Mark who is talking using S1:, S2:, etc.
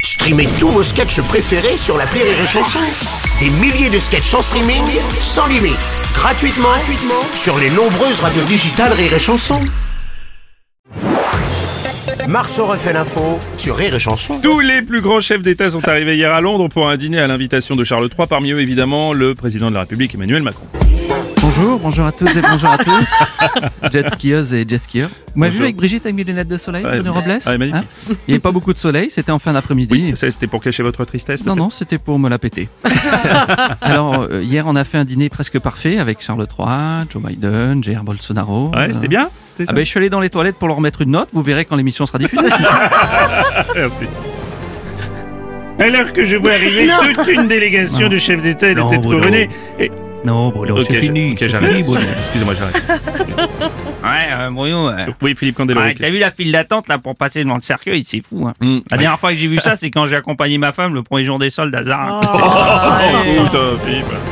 S1: Streamez tous vos sketchs préférés sur la Rire et Chanson. Des milliers de sketchs en streaming, sans limite, gratuitement, gratuitement sur les nombreuses radios digitales Rire et Chanson. Marceau refait l'info sur Rire et Chanson.
S2: Tous les plus grands chefs d'État sont arrivés hier à Londres pour un dîner à l'invitation de Charles III, parmi eux évidemment le président de la République Emmanuel Macron.
S3: Bonjour, bonjour à toutes et bonjour à tous. jet skieuse et jet skieur. Vous m'avez vu avec Brigitte avec mes lunettes de soleil,
S2: Ouais,
S3: Tony
S2: ouais,
S3: Robles
S2: ouais, magnifique.
S3: Hein Il n'y avait pas beaucoup de soleil, c'était en fin d'après-midi.
S2: Oui, ça c'était pour cacher votre tristesse.
S3: Non, non, c'était pour me la péter. Alors, euh, hier, on a fait un dîner presque parfait avec Charles III, Joe Biden, Jair Bolsonaro.
S2: peut-être Ouais, c'était bien. C'était
S3: Ah
S2: ça.
S3: ben, je suis allé dans les toilettes pour leur mettre une note, vous verrez quand l'émission sera diffusée.
S2: Merci. Alors que je vois arriver toute une délégation
S3: Non.
S2: de chefs d'État et de
S3: Non,
S2: têtes
S3: Bruno.
S2: couronnées. Et...
S3: non, Bruno,
S2: Ok,
S3: c'est
S2: j'ai-
S3: fini.
S2: ok,
S3: c'est
S2: j'arrête.
S3: fini, Bruno.
S2: Excusez-moi, j'arrête.
S4: Ouais, euh, Bruno, euh,
S2: Oui, Philippe Candeloro.
S4: ouais, t'as vu la file d'attente là pour passer devant le cercueil, c'est fou. Hein.
S2: Mm.
S4: La dernière fois que j'ai vu ça, c'est quand j'ai accompagné ma femme le premier jour des soldes à Zara.
S2: Oh, écoute, euh, Philippe.